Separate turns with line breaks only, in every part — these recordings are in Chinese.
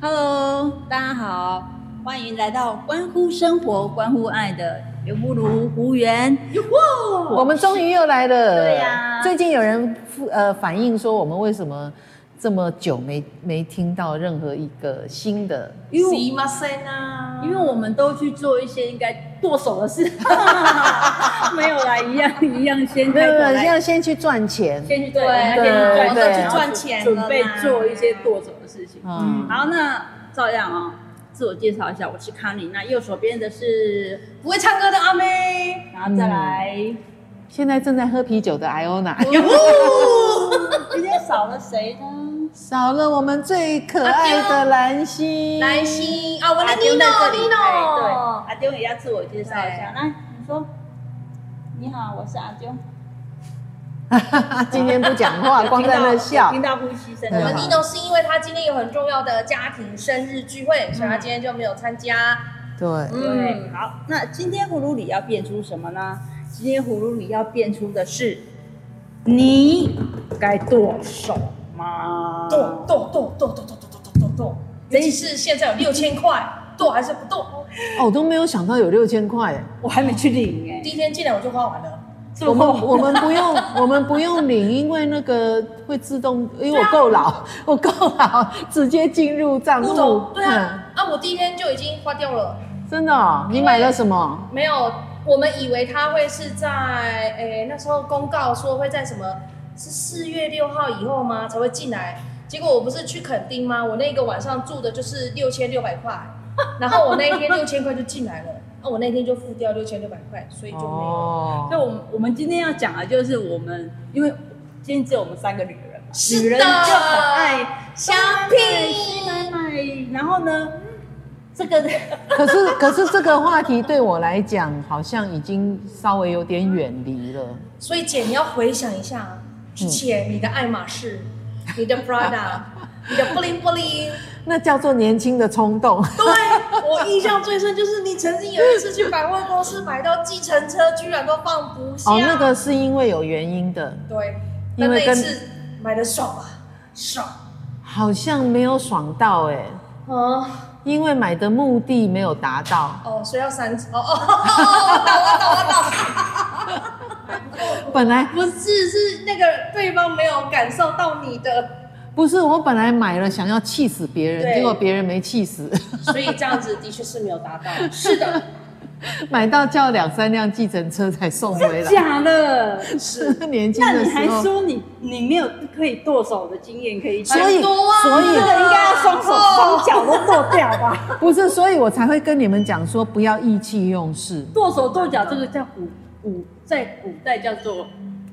Hello，大家好，欢迎来到关乎生活、关乎爱的圆不如胡源。
我们终于又来了。
对呀
最近有人复呃反映说，我们为什么这么久没没听到任何一个新的？
因为
是吗？森啊，
因为我们都去做一些应该剁手的 事，没有啦，一样一样先
没
开
有
头
没有，
来，
要先去赚钱。
先去对，我们先
对
去
对对
然后
去
赚钱
准
了
备
啦
做一些剁手的事情。
嗯
好，那照样哦，自我介绍一下，我是康妮，那右手边的是，
不会唱歌的阿妹，
然后再来，
现在正在喝啤酒的
哎
Iona，
嗯 今天少了谁呢？
少了我们最可爱的兰心。
南星啊，我的
阿丢在这里，哎对，
Nino，Nino，
阿丢也要自我介绍一下。来，你说，你好，我是阿丢。
今天不讲 话，光在那笑
听。到呼吸声
我
就
们
对
好。
Nino 是因为他今天有很重要的家庭生日聚会，所以他今天就没有参加。
对，
对，
嗯，
好，那今天葫芦里要变出什么呢？今天葫芦里要变出的是，你该剁手吗？
剁剁剁剁剁剁剁剁剁剁剁，尤其是现在有六千块，剁还是不剁？
哦，我都没有想到有六千块耶。
我还没去领哎
第，一天进来我就花完了，
是
我
不
们
是？
我们不 用，我们不用领，因为那个会自动，因为我够老，我够老，直接进入账
啊不
户
懂。。对
嗯
啊，啊，我第一天就已经花掉了。
真的、哦？你买了什么？
没有，我们以为他会是在诶、那时候公告说会在什么是四月六号以后吗才会进来？结果我不是去垦丁吗？我那个晚上住的就是六千六百块， 然后我那一天六千块就进来了，啊那我那天就付掉六千六百块，所以就没有。
哦
所以，我们我们今天要讲的就是我们，因为今天只有我们三个女人嘛，
是的
女人就很爱
香
拼
槟
买买，哎然后呢，这个
可是 可是这个话题对我来讲，好像已经稍微有点远离了。
所以姐，你要回想一下啊，之前你的爱马仕、你的 Prada、你的 bling bling。
那叫做年轻的冲动。
对啊我印象最深就是你曾经有一次去百货公司买到计程车，居然都放不 下。
哦，那个是因为有原因的，
对，那
因为
那一
跟
次买的爽吧，爽。
好像没有爽到哎、
嗯，
因为买的目的没有达到。
哦，所以要三次。哦哦哦哦，懂我懂我懂。
本来
不是，是那个对方没有感受到你的，
不是我本来买了想要气死别人，
对
结果别人没气死，
所以这样子的确是没有 达到。是的，
买到叫两三辆计程车才送回来。
假的，
是年轻
那
的
你还
时候。
说你你没有可以剁手的经验可以讲？
所以
很多啊
所以
这个应该要双手双脚都剁掉 吧？
不是，所以我才会跟你们讲说不要意气用事。
剁手剁脚这个叫古古在古代叫做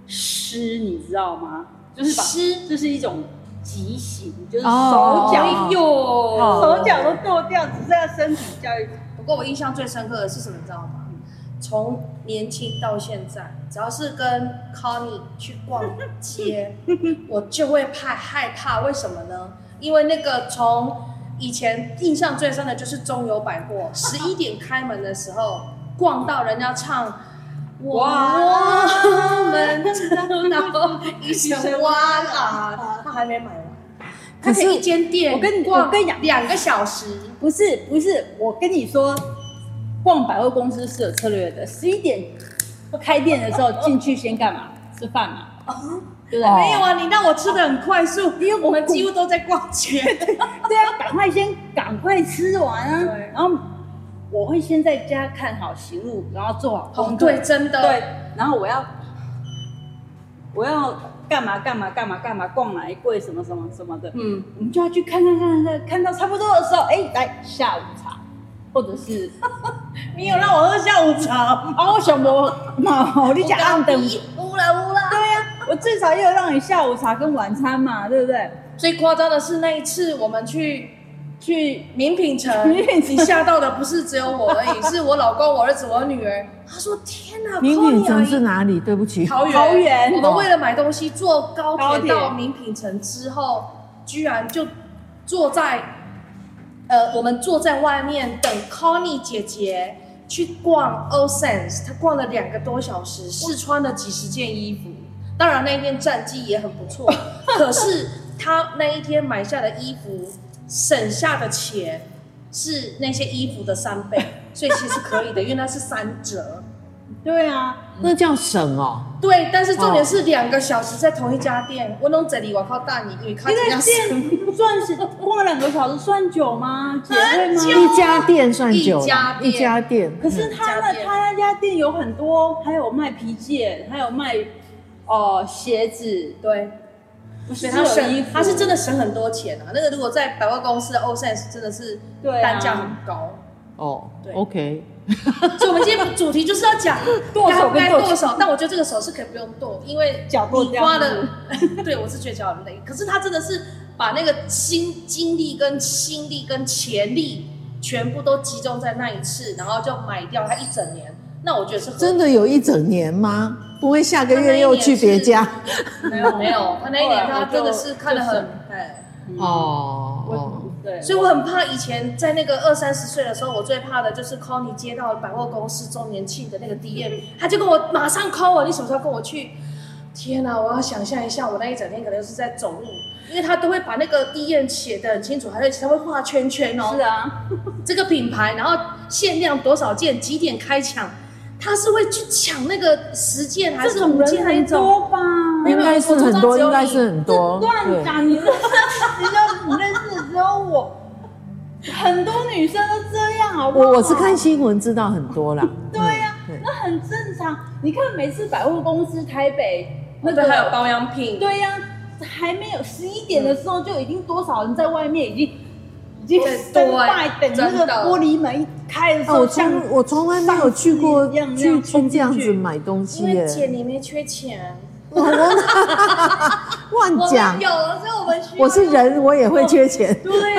诗，你知道吗？就是把
诗
就是一种极刑，就是
哦
手脚
哎
哟、
哦
手脚都剁掉，只剩下身体教育。
不过我印象最深刻的是什么，你知道吗？从年轻到现在，只要是跟 Connie 去逛街，我就会怕害怕。为什么呢？因为那个从以前印象最深的就是中友百货，十一点开门的时候，逛到人家唱。我
哇
我们然后一声哇啊，他还没买完，
可是
他一间店
我跟你
逛
我跟你讲
两个小时，
不是不是，我跟你说，逛百货公司是有策略的。十一点开店的时候进去先干嘛？ 吃饭嘛，对不对？
哦
没有啊，你让我吃的很快速，因为我们几乎都在逛 街。
对啊，赶快先赶快吃完啊
对。
然后我会先在家看好行路，然后做好
哦
工，作。
对，真的。
对，然后我要我要干嘛干嘛干嘛干嘛，逛哪一柜什么什么什么的，
嗯，
我们就要去看看看看，看到差不多的时候，哎，来下午茶，或者是
你有让我喝下午茶吗？
啊，我想我嘛，你讲暗等，
乌啦乌啦。
对呀、啊我至少也有让你下午茶跟晚餐嘛，对不对？
最夸张的是那一次我们去
去
名品城，
名品城
你吓到的不是只有我而已，是我老公、我儿子、我女儿。他说：“天哪，
名品城
Connie
是哪里？对不起，
桃园，
桃园
我们为了买东西坐高
高
铁
铁
到名品城之后，居然就坐在，呃，我们坐在外面等 Connie 姐姐去逛 o s e n s 她逛了两个多小时，试穿了几十件衣服。当 然那一天战绩也很不错，可是她那一天买下的衣服省下的钱是那些衣服的三倍，所以其实可以的，因为那是三折。
对啊，
那叫省哦。
对，但是重点是两个小时在同一家店，我弄这里，我靠大你，因为靠
你
近
在
要
店算是逛了两个小时算久吗？姐会
很
吗
久？
一家店算久了
一家店
一家店。
可是他那
嗯家店
他那家店有很多，还有卖皮件，还有卖哦、呃鞋子，
对，
不是
所以
只有
他
衣
省
服，
他是真的省很多钱啊。那个如果在百货公司的 O Sense 真的是
对啊
单价很高。
哦
对
，OK，
所以我们今天主题就是要讲
剁手
该不
跟
该
剁
剁
脚
手，但我觉得这个手是可以不用剁，因为
脚剁
你
掉
花的， 对我是觉得脚很累。可是他真的是把那个心精力跟心力跟潜力全部都集中在那一次，然后就买掉他一整年。那我觉得是合理
真的有一整年吗？不会下个
他那
月
一
又
年
去别
是
家？
没有
没有，他那一年
后来
他
我就
真的是看得
就
很
省
哎，
哦哦
嗯我对，
所以我很怕以前在那个二三十岁的时候，我最怕的就是 call 你接到百货公司周年庆的那个 DM，他就跟我马上 call 我，你什么时候跟我去？天哪、我要想象一下，我那一整天可能是在走路，因为他都会把那个 DM 写的很清楚，还会他会画圈圈哦，
是啊，
这个品牌，然后限量多少件，几点开抢，他是会去抢那个十件还
这
是
种
五件
人
那一
很
种？
多吧？
应该是很
我
多，
知道
应该
只有
是
你
很多。
乱
对，
讲，你认识， 你知道你认识的只有我，很多女生都这样，好不好？
我我是看新闻知道很多啦。
对呀、
嗯对
那很正常。你看每次百货公司台北那
对，
个
还有保养品，
对呀、还没有十一点的时候，就已经多少人在外面已经已经
对
等待等那
真
个
的
玻璃门一开的时
啊，我
候，像
从我从来没有去
上
过
次一样
去
那样冲
去
进
这样子
去
买东西
因为姐
耶，
你没缺钱，
乱
我
讲
们。有，所以我们需要。
我是人，我也会 缺钱。
对，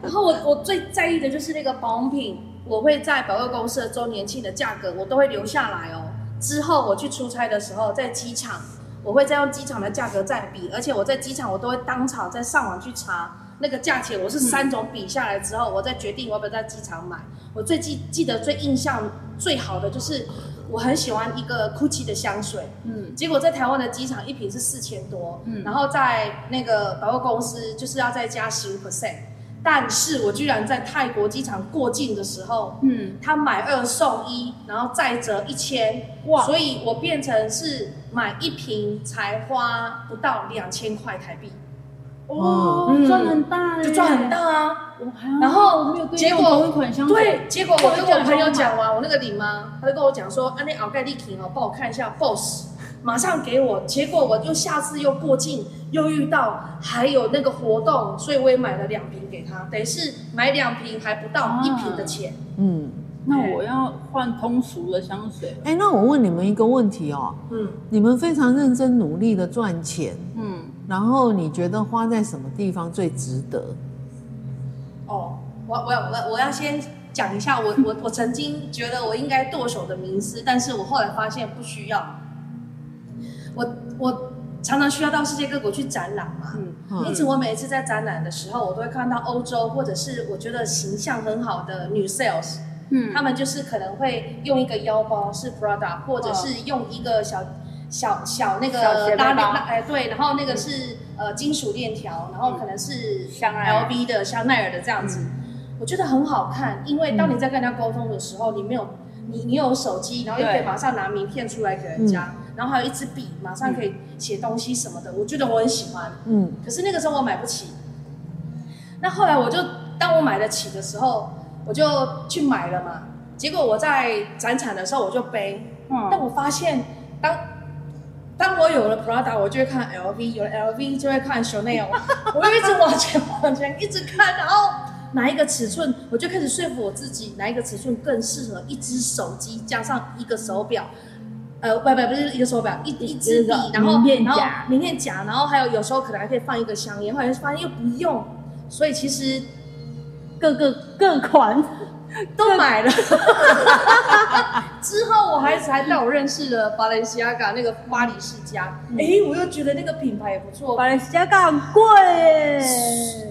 然后我我最在意的就是那个保养品，我会在百货公司的周年庆的价格，我都会留下来哦。之后我去出差的时候，在机场，我会再用机场的价格再比，而且我在机场我都会当场在上网去查那个价钱，我
嗯
是三种比下来之后，我再决定我要不要在机场买。我最记记得最印象最好的就是，我很喜欢一个 GUCCI 的香水，
嗯，
结果在台湾的机场一瓶是四千多，
嗯
然后在那个百货公司就是要再加十五 percent，但是我居然在泰国机场过境的时候，
嗯，
他买二送一，然后再折一千，
哇
所以我变成是买一瓶才花不到两千块台币，
哇，
嗯
赚很大耶，
哦就赚很大。啊。
我还要
然后
没有跟你
结
用
果
同一款香水，
对，结果我跟我朋友讲完，我那个李妈，她就跟我讲说，啊，那奥盖利婷哦，帮我看一下 boss，马上给我。结果我又下次又过境，又遇到还有那个活动，所以我也买了两瓶给她，等于是买两瓶还不到
啊
一瓶的钱。
嗯，
那我要换通俗的香水了。
哎，那我问你们一个问题哦，
嗯，
你们非常认真努力的赚钱，
嗯，
然后你觉得花在什么地方最值得？
哦，我我我我要先讲一下，我我我曾经觉得我应该剁手的名师，但是我后来发现不需要。我我常常需要到世界各国去展览嘛，
嗯
嗯
因此我每一次在展览的时候，我都会看到欧洲或者是我觉得形象很好的女 sales，
嗯，
她们就是可能会用一个腰包是 Prada，或者是用一个小。小小那
哦小斜背
个拉链，
包嗯
拉哎对，然后那个是呃金属链条，然后可能是
香奈儿嗯
LV 的香奈儿的这样子，我觉得很好看，因为当你在跟人家沟通的时候，你没有你你有手机，然后又可以
对嗯
马上拿名片出来给人家，然后还有一支笔，马上可以写东西什么的，我觉得我很喜欢。
嗯，
可是那个时候我买不起。那后来我就当我买得起的时候，我就去买了嘛。结果我在展场的时候我就背，但
嗯，
我发现当当我有了 Prada，我就会看 LV，有了 LV 就会看 Chanel，我 就一直往前往前一直看，然后哪一个尺寸，我就开始说服我自己，哪一个尺寸更适合一只手机加上一个手表。呃，不不不是一个手表，一一支笔，然后
名片
然后
夹
名片夹，然后还有有时候可能还可以放一个香烟，后来发现又不用，所以其实
各个各款，
都买了。之后我还还带我认识了巴伦西亚嘎那个巴黎世家，哎、我又觉得那个品牌也不错。
把人家干很贵耶，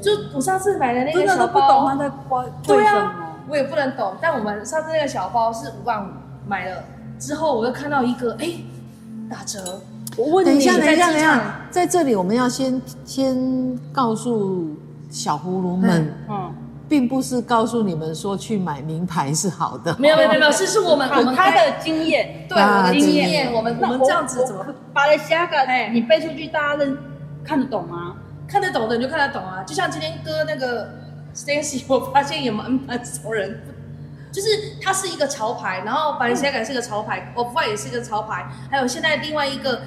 就我上次买的那
真
个啊
的
小
都不懂
包
他，在贵
对
贵什
啊
么。，
我也不能懂。但我们上次那个小包是五万五买了，之后我又看到一个，哎、打折。
我问你，
等一下，等一下，
在
等
机
一
场
下，在这里我们要先先告诉小葫芦们，
嗯，
并不是告诉你们说去买名牌是好的。
没有没有没有，是是我们我
我
们
他
开
的经验，
对我哦们的
经
经
验
验，我们我们这样子怎么
把了下个
哎
你背出去，大家认看得懂吗？
看得懂的你就看得懂啊。就像今天哥那个 Stacy，我 发现也蛮蛮熟人，就是它是一个潮牌，然后白鞋感是一个潮牌，Off White 也是一个潮牌，还有现在另外一个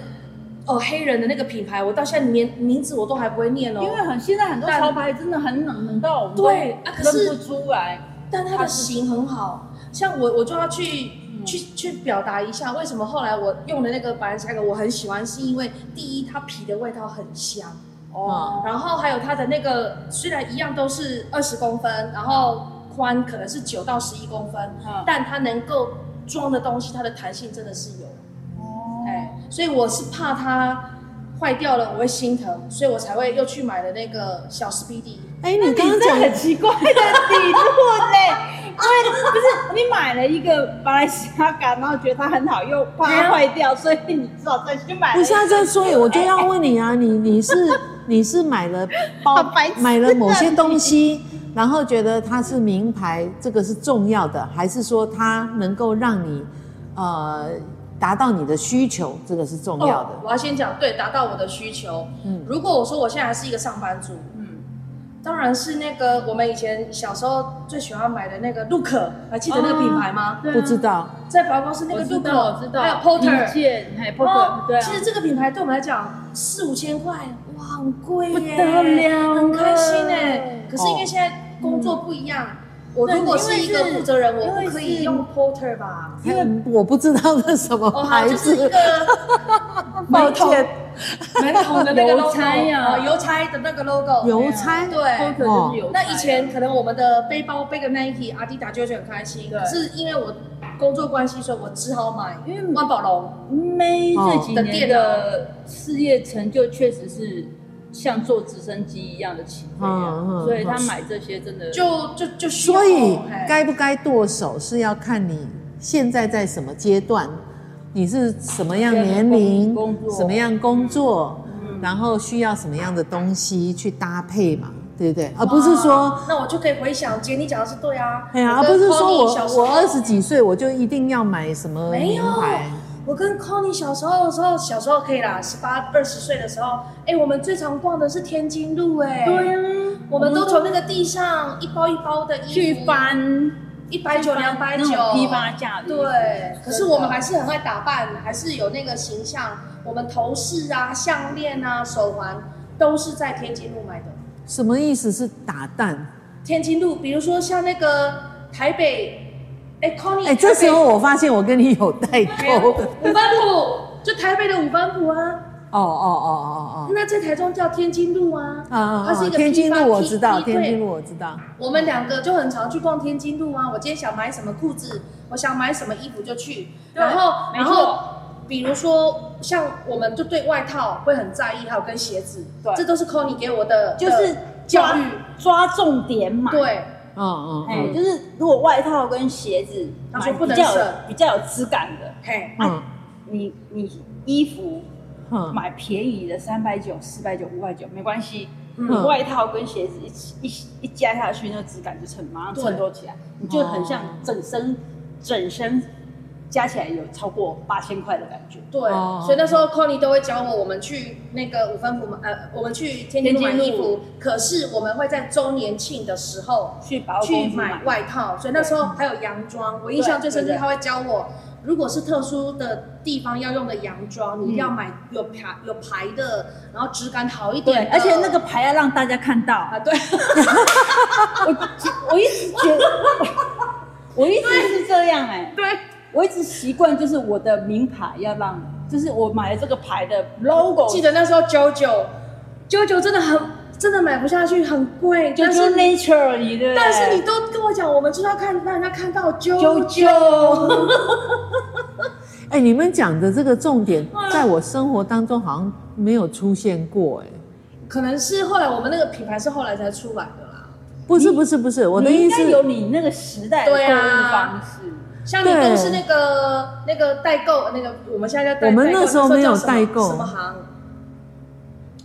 哦黑人的那个品牌，我到现在连名字我都还不会念哦。
因为很现在很多
但
潮牌真的很冷，冷到我们都
对啊可是
认不出来。
但它的型很好，像我我就要去、
嗯
去去表达一下，为什么后来我用的那个白鞋感我很喜欢，是因为第一它皮的味道很香。
哦，
然后还有它的那个，虽然一样都是二十公分，然后宽可能是九到十一公分，
嗯
但它能够装的东西，它的弹性真的是有，
哦，
哎，所以我是怕它坏掉了，我会心疼，所以我才会又去买了那个小 speedy。
哎，你刚刚
这
讲
很奇怪的 理论呢，因为不是你买了一个马来西亚嘎，然后觉得它很好，又怕它坏掉，所以你至少再去买了哎
不
一个。
是啊，这所以我就要问你啊，你你是你是买了包
好白痴啊
买了某些东西，然后觉得它是名牌，这个是重要的，还是说它能够让你呃达到你的需求，这个是重要的？
哦，我要先讲，对，达到我的需求。
嗯
如果我说我现在还是一个上班族，
嗯，
当然是那个我们以前小时候最喜欢买的那个 Look，还记得那个品牌吗？
对啊
不知道，
在百货公司那个
我
Look，
知道，我知道，
还有 Porter，
零件还有
哦
Porter，对啊
其，实这个品牌对我们来讲四五千块，哇，很贵
不
耶，
得了了
很开心哎。可是因为
哦
现在工作不一样，我如果是一
对因
个
为是
负责人，
因
我
为
不可以
是
用 Porter 吧？
因为
哎我不知道那什么
嗯哦，好，
牌
就是一
子，
个
抱
门筒
歉，
门筒的那个 logo，
邮差啊呀
哦邮差的那个 logo，
邮差
对
Porter 就是有牌啊。
那以前可能我们的背包背个 Nike、阿迪达就会觉得很开心，
对
可是因为我工作关系，所以我只好买
因为
万宝龙。
妹这几
哦
年的啊事业成就确实是像坐直升机一样的起飞啊、
嗯嗯
所以他买这些真的
就就就需要
所以
哎
该不该剁手是要看你现在在什么阶段，你是什么样年龄
工工，作
什么样工作，
嗯
然后需要什么样的东西去搭配嘛，对不对？而不是说
哇，哦那我就可以回想，姐你讲的是对啊。
哎呀，
我
而
跟
不是说
Connie 小时
我
候
我二十，几岁我就一定要买什么
没
名
有
牌，
我跟 Connie 小时候的时候，小时候可以啦，十八二十岁的时候，哎，我们最常逛的是天津路，哎，
对
啊，
啊，
我们都从那个地上一包一包的衣服
去翻
一百九两百九
那种批发价的衣服，
对，可是我们还是很爱打扮，还是有那个形象。我们头饰啊、项链啊、手环都是在天津路买的。
什么意思是打蛋？
天津路，比如说像那个台北，哎，Connie，
哎，这
台北
时候我发现我跟你有代沟，
五番埔，就台北的五番埔啊，
哦哦哦哦哦
那在台中叫天津路啊。
啊啊！
它是
啊
一个
天津
批发
路我
批
知道，
批
天津
对
路我知道。
我们两个就很常去逛天津路啊。我今天想买什么裤子，我想买什么衣服就去。
对
然后，
没
然
错
后，比如说像我们就对外套会很在意，还有跟鞋子，
对
这都是 Conny 给我的，
就是
的教
抓
育。
抓重点买。
对，
嗯嗯
哎、
嗯
就是如果外套跟鞋子
他说
买
不能
比较有
省
比较有质感的，
嘿，
嗯
你你衣服
嗯，
买便宜的三百九、四百九、五百九没关系，
嗯
你外套跟鞋子一起一起一加下去，那个质感就衬马上衬托起来，你就很像整身整身加起来有超过八千块的感觉。
对，
哦
所以那时候 Conny 都会教我，我们去那个五分埔买，呃，我们去天津路买
天津
衣
路
服，可是我们会在周年庆的时候
去百货
去
公司
买
买，
外套，所以那时候还有洋装。我印象最深
对
是
对对
他会教我，如果是特殊的地方要用的洋装，你一定要买有牌有牌的，然后质感好一
对
点，的。
而且那个牌要让大家看到。
啊，对，
我我一直觉 得，我一直是这样哎、
对，
我一直习惯就是我的名牌要让，就是我买了这个牌的 logo，
记得那时候九九九九真的很真的买不下去，很贵，
就
但
是
是
nature 里的，
但是你都跟我讲，我们就是要看让人家看到九
啾啾，
哎、你们讲的这个重点，在我生活当中好像没有出现过、哎，
可能是后来我们那个品牌是后来才出来的啦。
不是不是不是，我的
你
意
应
思
该，有你那个时代的购
对啊
物方式。
像你
对
公司那个那个代购，那个我们现在叫代
我们
代购
那时候没有
那时候叫什么
代购
什么行？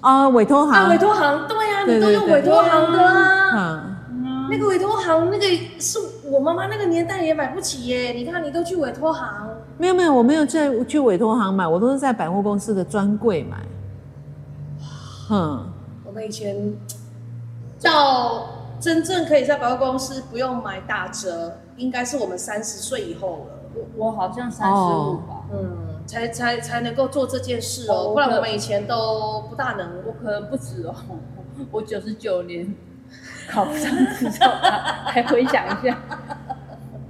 啊，委托
啊，
行，
委托行，对呀、啊，
对
你都
对
用
对
委托行的啊。
嗯，
那个委托行，那个是我妈妈那个年代也买不起耶。你看，你都去委托行，
没有没有，我没有在去委托行买，我都是在百货公司的专柜买。嗯，
我们以前到真正可以在百货公司不用买打折，应该是我们三十岁以后了，
我我好像三十五
哦
吧，
嗯，才才才能够做这件事哦。
哦
不然
我
我们以前都不大能。
我可能不止哦， 我九十九年考不上执照，还回想一下，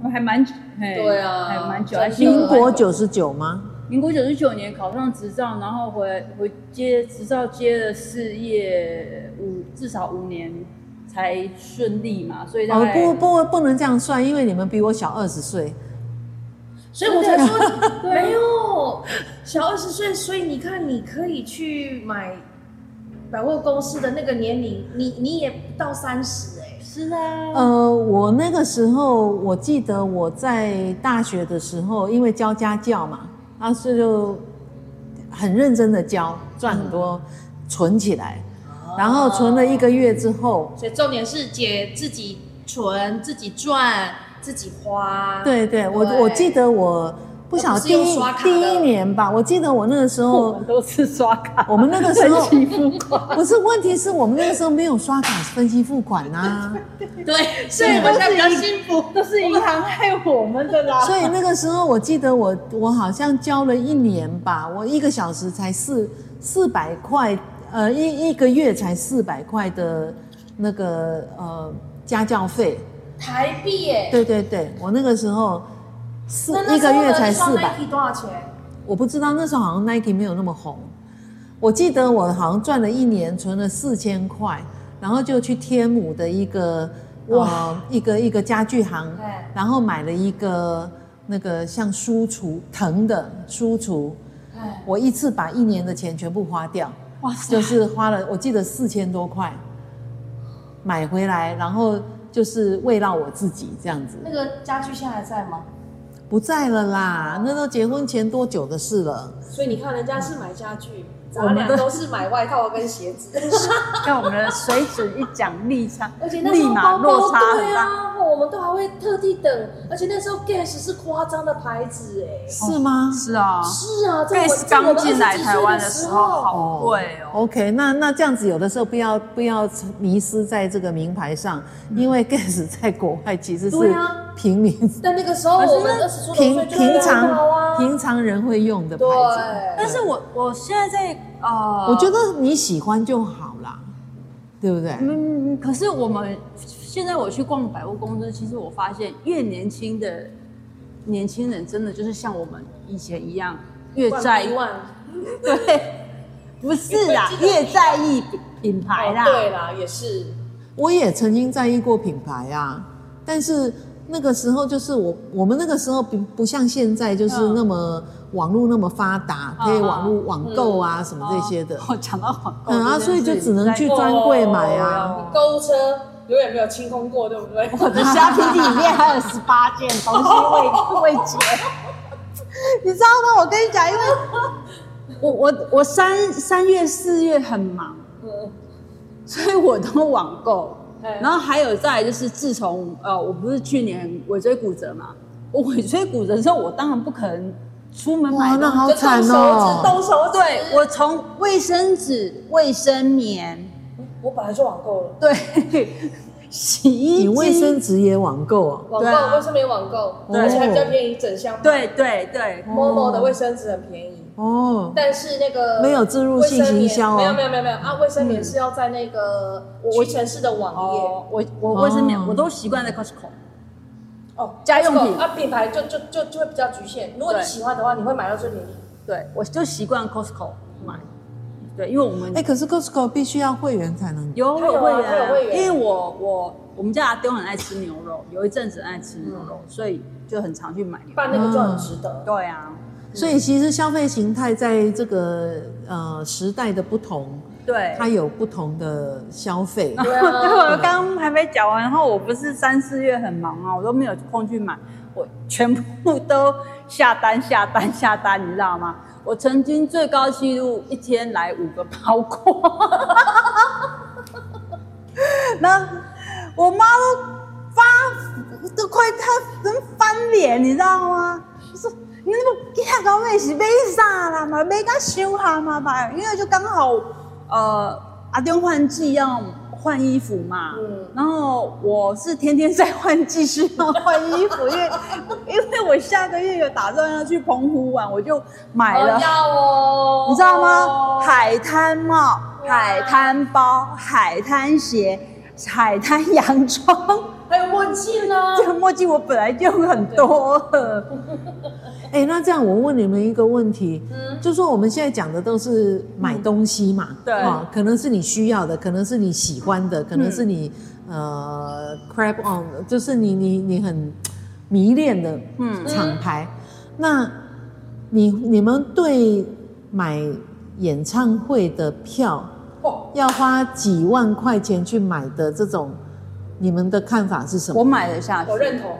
我还蛮久，嘿
对啊
还蛮久
真的。
还是
民国
蛮久
九十九吗？
民国九十九年考上执照，然后回回接执照接了事业五至少五年才顺利嘛，所以大
哦，
概、
不不不能这样算，因为你们比我小二十岁。
所以我才 说
啊
对
没有小二十岁，所以你看，你可以去买百货公司的那个年龄，你你也不到三十哎，
是啊，
呃，我那个时候我记得我在大学的时候，因为教家教嘛，啊，所以就很认真的教，赚很
嗯
多，存起来，然后存了一个月之后，
哦所以重点是姐自己存、自己赚、自己花。，
对对，我
对
我记得我不晓得
都不是
第
用
一
刷卡的
第一年吧，我记得我那个时
我
候
们，都是刷卡，
我们那个时候
分期付款。
不是问题是我们那个时候没有刷卡分期付款啊 呐、
对，所以我现在比较幸福。
都是银行害我们的啦。
所以那个时候我记得我我好像教了一年吧，我一个小时才四四百块，呃一一个月才四百块的那个呃家教费，
台币耶，
对对对，我那个时候四
那那
一
时
个
候
月才
一双
四百。
Nike 多少钱？
我不知道那时候好像 Nike 没有那么红，我记得我好像赚了一年，存了四千块，然后就去天母的一个呃一个一个家具行
哎，
然后买了一个那个像书橱藤的书橱，
哎，
我一次把一年的钱全部花掉，
哇塞，
就是花了我记得四千多块买回来，然后就是慰劳我自己这样子，
那个家具现在还在吗？
不在了啦，那都结婚前多久的事了。
所以你看，人家是买家具，
我
咱
们
俩
的
都是买外套跟鞋 子，
看我们的水准一讲立场，
而且那时
立
候
马
包
落
包
差
对
很大。
啊，我们都还会特地等，而且那时候 Guess 是夸张的牌子哎。
是吗？
是啊
是啊，这我
，Face
这我
刚
们
进
20
来
几岁
台湾的
时
时候好贵哦，
OK，那那这样子有的时候不要不要迷失在这个名牌上，因为 Guess 在国外其实
对
是
啊
平民、
但那个时候
可是
我们二十出头岁
平
就
平
知道
常
啊，
平常人会用的牌
对
子。，
但是我我现在在呃，
我觉得你喜欢就好啦，对不对？
嗯，可是我们现在我去逛百货公司，其实我发现越年轻的年轻人，真的就是像我们以前一样，越在
一
意，
万
对，不是啦
因为，这个
越在意品牌啦，
哦对啦，也是
我也曾经在意过品牌啊，但是那个时候就是我我们那个时候不不像现在就是
嗯
那么网络那么发达，可以
嗯嗯
网络网购啊什么这些的
哦。我讲到网购这
嗯
件事，
啊所以就只能去专柜买啊
哦你购物车永远没有清空过，对不对？
我的虾皮里面还有十八件东西未未 结，你知道吗？我跟你讲，因为 我我我三三月四月很忙，
嗯
所以我都网购。
哎
然后还有再来就是，自从呃，我不是去年尾椎骨折嘛，我尾椎骨折之后，我当然不可能出门买
哇，
东
那
西。
好
就
惨
动手指，
哦！
动手指。
对，我从卫生纸、卫生棉，
我本来就网购了，
对，洗衣
你
机，
卫生纸也网购哦。
网
对啊
购卫生棉网购，
对
而且还比较便宜，整箱。
对对对，
，MOMO 的卫生纸很便宜，
嗯
哦，
但是那个
没有置入性行销哦
卫生棉没有没有没有没有啊！
嗯
卫生棉是要在那个屈臣氏的网页
哦，我我卫生棉
哦
我都习惯在 Costco。
哦，
家用品
啊，品牌就就就就会比较局限。如果你
对
喜欢的话，你会买到最便宜。
对，我就习惯 Costco 买。对，因为我们
哎，可是 Costco 必须要会员才能。
有
它有啊
会员
它
啊，
有会员
因为我我我们家阿丢很爱吃牛肉，有一阵子很爱吃牛肉，
嗯
所以就很常去买牛肉。
办那个就很值得。
对啊，
所以其实消费形态在这个呃时代的不同，
对。
它有不同的消费。
对
对，我
啊，
刚刚还没讲完，然后我不是三四月很忙啊，我都没有空去买，我全部都下单下单下单，你知道吗？
我曾经最高纪录一天来五个包裹，
那我妈都发都快她能翻脸，你知道吗？就说你那么给他搞妹是买啥啦嘛，买个修哈嘛吧，因为就刚好呃阿丁换季要换衣服嘛，
嗯，
然后我是天天在换季，需要换衣服，因为因为我下个月有打算要去澎湖玩，我就 买了。
哦要哦，
你知道吗？海滩帽、海滩包、海滩鞋、海滩洋 装，
还有墨 镜呢
这，个墨镜我本来就很多了。
哎，那这样我问你们一个问题，
嗯，
就说我们现在讲的都是买东西嘛，
嗯对嗯
啊可能是你需要的，可能是你喜欢的，可能是你、呃 crap on，就是你你你很迷恋的
嗯
厂牌。那你你们对买演唱会的票
哦，
要花几万块钱去买的这种，你们的看法是什
我
么？
买得下去，
我认同，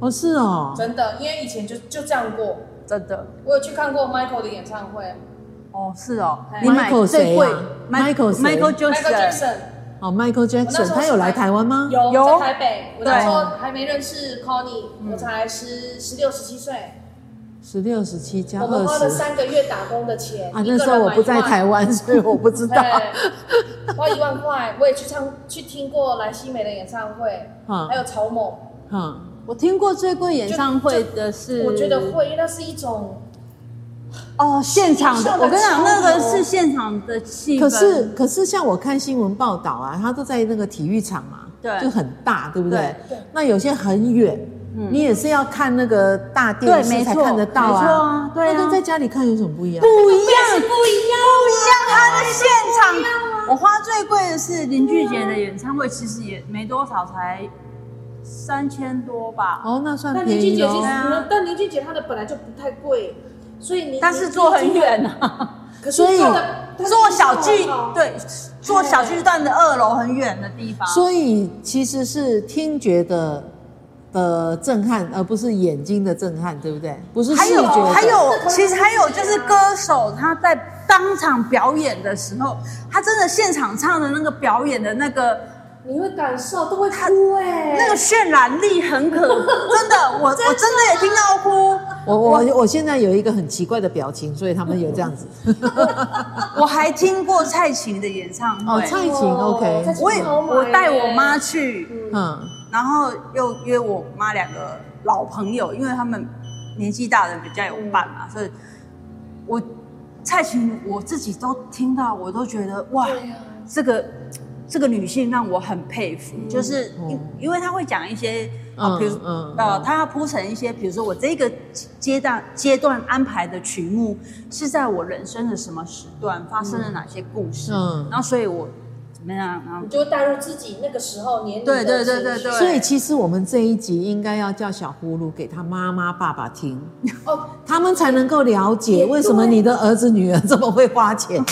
哦，是哦，
真的，因为以前就就这样过，
真的。
我有去看过 Michael 的演唱会
哦，是哦，
哎
你买
Michael
最贵
谁啊 Michael 谁
Michael
，Michael
Jackson，
Jackson
哦，Michael
那
Jackson
时候
他有来台湾吗？
有
有
在台北，我那
对嗯
时候还没认识 Connie，我才十十六十七岁，
十六、十七加
我们花了
二十。
三个月打工的钱，
啊，
一个
那
人
时候我不在台
买
湾， 所以我不知
一
道。
万， 对，花一万块，我也去唱去听过莱西美的演唱会，
哈
嗯
还有草蜢。
哈，
我听过最贵演唱会的是，
我觉得会，因为那是一种
哦，现场的，
上的
我跟你讲，
超
那个
多
是现场的气氛。
可是可是像我看新闻报道啊，他都在那个体育场嘛，
对
就很大，对不对？
对嗯对
那有些很远，你也是要看那个大电
对，
视
没
才
错，
看得到
没错
啊。
啊，对
那
啊
跟。在家里看有什么不一样？
不一样，不一样，啊不一样。他的现场，我花最贵的是林俊杰的演唱会，其实也没多少，才三千多吧。
哦，那算
但
便
林俊
宜
杰
的
其实，
哦。
但林俊杰他的本来就不太贵，所以你
但是坐很，远啊，哦
可是
所以
他的他的
坐小巨
票啊
对，坐小巨蛋的二楼很远的地方。
所以其实是听觉的的震撼，而不是眼睛的震撼，对不对？不是视
还
觉
有
的。
还有，其实还有就是歌手他在当场表演的时候，他真的现场唱的那个表演的那个
你会感受都会哭哎，
那个渲染力很可，真的，我我真的也听到哭。
我我我现在有一个很奇怪的表情，所以他们有这样子。
我还听过蔡琴的演唱
哦，
会，
蔡琴
哦
，OK，
蔡琴
我也
好买哎
我带我
耶
妈去，
嗯，
然后又约我妈两个老朋友，因为他们年纪大的比较有伴嘛，所以我蔡琴我自己都听到，我都觉得哇，
对啊
这个这个女性让我很佩服，就是因、
嗯
因为她会讲一些啊，
嗯
比如、
嗯
呃，
嗯
她要铺陈一些，比如说我这个阶段阶段安排的曲目是在我人生的什么时段发生了哪些故事，
嗯
然后所以我怎么样，然后
你就会带入自己那个时候年龄的
对对对
情
对
绪
对
所以其实我们这一集应该要叫小呼噜给他妈妈、爸爸听，
哦，
他们才能够了
也
解
对
为什么你的儿子、女儿这么会花钱。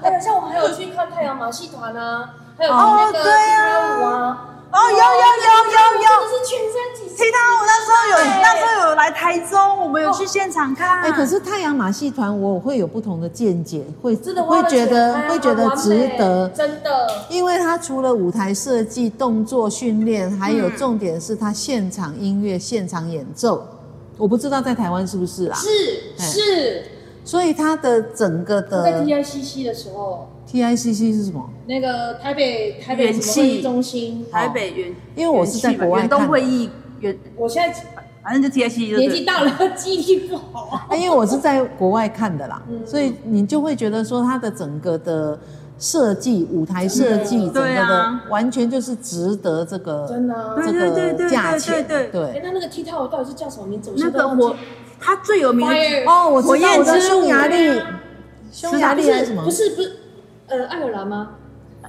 还有像我们还有去看太阳马戏团啊，还有听那
哦
个
对啊
跳舞啊，
哦，有有有有有。
真的是全身几
听到我那时候有，那时候有来台中，我们有去现场看。
哎、可是太阳马戏团我会有不同的见解，会
真的
会觉得会觉得值得。
哎真的
因为它除了舞台设计、动作训练，还有重点是它现场音乐、现场演奏，我不知道在台湾是不是啊？
是
哎
是，
所以它的整个
我在
的
TICC 的时候，
TICC 是什么？
那个台北台北
元
什么
气
会议中心，
台北哦园，
因为我是在国外
园东
看的
会议园，
我现在
反正就 T H E
年纪大了，记忆力不好。
啊，因为我是在国外看的啦，
嗯
所以你就会觉得说它的整个的设计、舞台设计，整
真的
个
对啊
的完全就是值得这
真
个
的啊，
对
这
对对对
个价钱，
对对
哎，那那个踢踏舞到底是叫什么名字？我
那
现在
个
都忘记
火，它最有名的
Fire
哦，我知道我
火焰
的
之
匈牙利
舞，
匈牙利还是什么
不？是不是，呃，爱尔兰吗？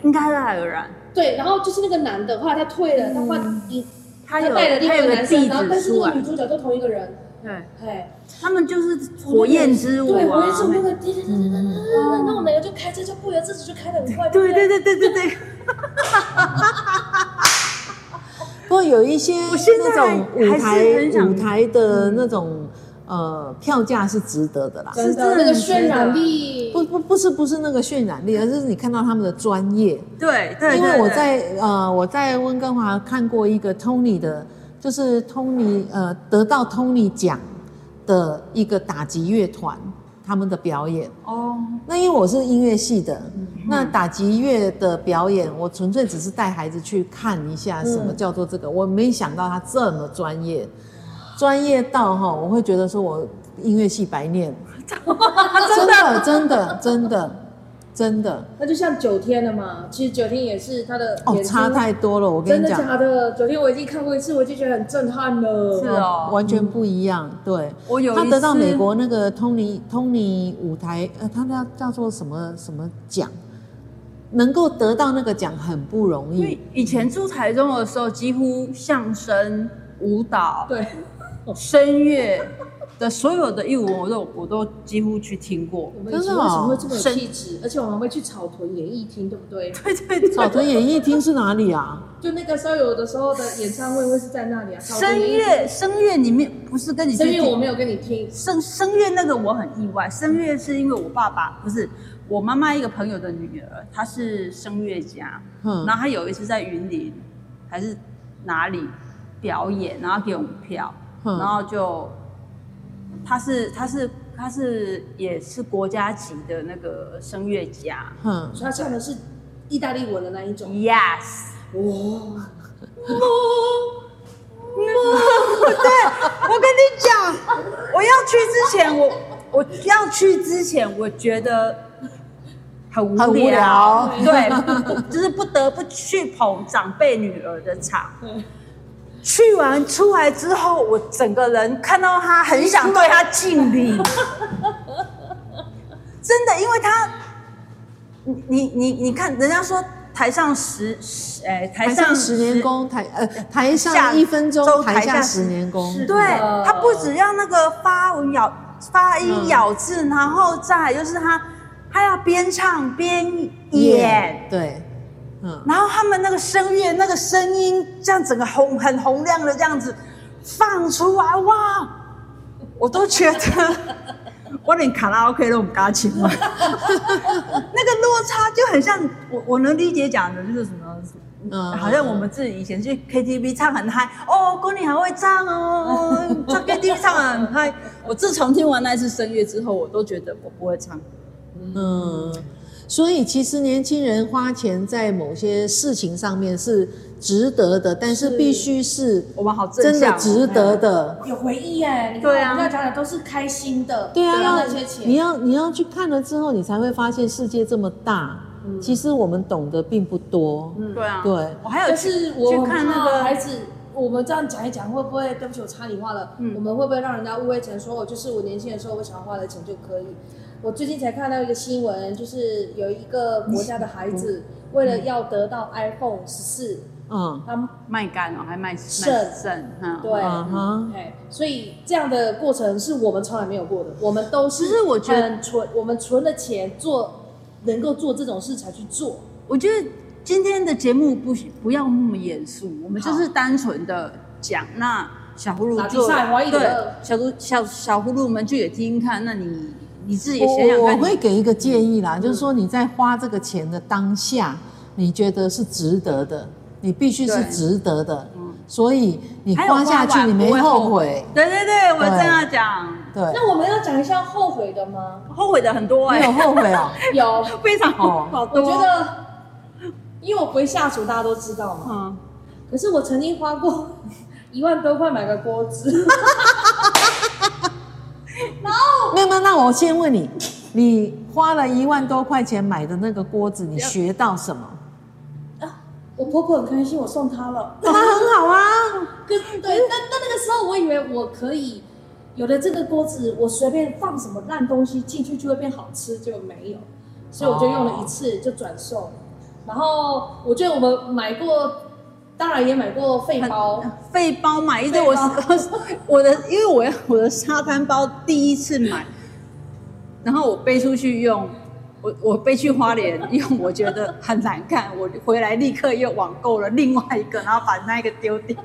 应该是爱尔兰，
对，然后就是那个男的，后来他退了，他换你，
他有
带了另
他
外一
有
个
个
男生，
地
然后但
址
是
出
那个
来
女，主角都同一个人，
对，
哎，
他们就是火焰之舞
对，火
啊
焰之舞那，个滴滴滴滴滴滴，然后我们两个就开车就不由自主就开得很快，
对
不对
对对对对对，
不过有一些
现在
那种
还
舞
还是很
台
想
舞台的那种。呃，票价是值得的啦。
是
真
真的
的那个
很值得
渲染力，
不不不是不是那个渲染力，而是你看到他们的专业。
对对，
因为
对
我
对
在呃我在温哥华看过一个 Tony 的，就是 Tony 呃得到 Tony 奖的一个打击乐团他们的表演。
哦，
那因为我是音乐系的，那打击乐的表演，我纯粹只是带孩子去看一下什么叫做这个，我没想到他这么专业，专业到哈，我会觉得说我音乐系白念，真的真的真的真的
那就像九天了嘛，其实九天也是他的
哦，
演出
差太多了，我跟
真
你
的
讲，
假的？九天我已经看过一次，我就觉得很震撼了。
是哦
完全不一样。对，
我有
他
一
得到
次
美国那个通尼通尼舞台，呃，他那叫做什么什么奖，能够得到那个奖很不容
因
易哦
为。以前住台中的时候，几乎相声、舞蹈、
对，
声乐的所有的艺舞，我都我都几乎去听过。
我们以前
真的
为
哦
什么会这么有
神
气质？而且我们还会去草屯演艺厅，对不对？
对对对，
草屯演艺厅是哪里啊？
就那个时候有的时候的演唱会会是在那里啊。草屯
声
演艺厅
乐声乐里面不是跟你去
声乐
听
我没有跟你听，
声声乐那个我很意外，声乐是因为我爸爸不是我妈妈一个朋友的女儿，她是声乐家，
嗯
然后她有一次在云林还是哪里表演，然后给我们票，
嗯
然后就她是她是她是也是国家级的那个声乐家
哼，
所以他唱的是意大利文的那一种。
，yes。
哇，
我跟你讲，
我要去之前，我我要去之前，我觉得很无聊，
很无聊
对，就是不得不去捧长辈女儿的场。
嗯
去完出来之后，我整个人看到他，很想对他敬礼。真的，因为他，你你你你看，人家说台上十，十哎、台
台
上
上十年功，台呃台
下
上一分钟，
钟
台
台
下
下
十年功。
是
对
的
他不只要那个发文咬发音
嗯
咬字，然后再来就是他他要边唱边演，
耶对，嗯，
然后他们那个声乐那个声音这样整个洪很洪亮的这样子放出来，哇！我都觉得我连卡拉 OK 都不敢请了，那个落差就很像我我能理解讲的就是什么。
嗯
好像我们自己以前去 KTV 唱很嗨哦，郭你还会唱 哦，唱 KTV 唱得很嗨。我自从听完那一次声乐之后，我都觉得我不会唱。
嗯，所以其实年轻人花钱在某些事情上面是值得的，但是
是
必须是
我们好正
真的
向哦
值得的。
有回忆哎！你看
对啊
我们要讲的都是开心的，
对啊，
得到
要
那些钱，
你要你要去看了之后，你才会发现世界这么大。其实我们懂得并不多。
对啊
对
我还有
但
去
是我
去
很
看那
怕孩
个，
子，我们这样讲一讲，会不会对不起我插你话了？我们会不会让人家误会成说，我就是我年轻的时候我想要花的钱就可以？我最近才看到一个新闻，就是有一个国家的孩子为了要得到 iPhone 十四，
嗯
他
卖干哦，还卖卖
肾
肾，嗯，
对，
嗯哼
哎，所以这样的过程是我们从来没有过的，我们都是
其实我觉得
很存，我们存了钱做，能够做这种事才去做。
我觉得今天的节目不不要那么严肃，我们就是单纯的讲。那小葫芦
打比
做
赛怀疑
对
了
小葫小小葫芦们就也听听看，那你你自己也想想
哦我我
看你，
会给一个建议啦，就是说你在花这个钱的当下，你觉得是值得的，你必须是
对
值得的。所以你
还有
花下去，
完
你没
不会
后悔。
对对对，我
对
正要讲，
对，
那我们要讲一下后悔 的吗？
后悔的很多哎、
你有后悔哦。
有，
非常
哦
好
我
多。
觉得，因为我不会下厨，大家都知道嘛。
嗯，
可是我曾经花过 一万多块买个锅子，
没有没有，那我先问你，你花了一万多块钱买的那个锅子，你学到什么？
啊
我婆婆很开心，我送她了。
那很好啊。
可是
嗯
对，但但那个时候我以为我可以有了这个锅子，我随便放什么烂东西进去就会变好吃，结果没有，所以我就用了一次就转售。然后我觉得我们买过，当然也买过肺包，
费包买一堆，我是 我的，因为我要我的沙滩包第一次买，然后我背出去用，我我背去花莲 用，我觉得很难看，我回来立刻又网购了另外一个，然后把那个丢掉。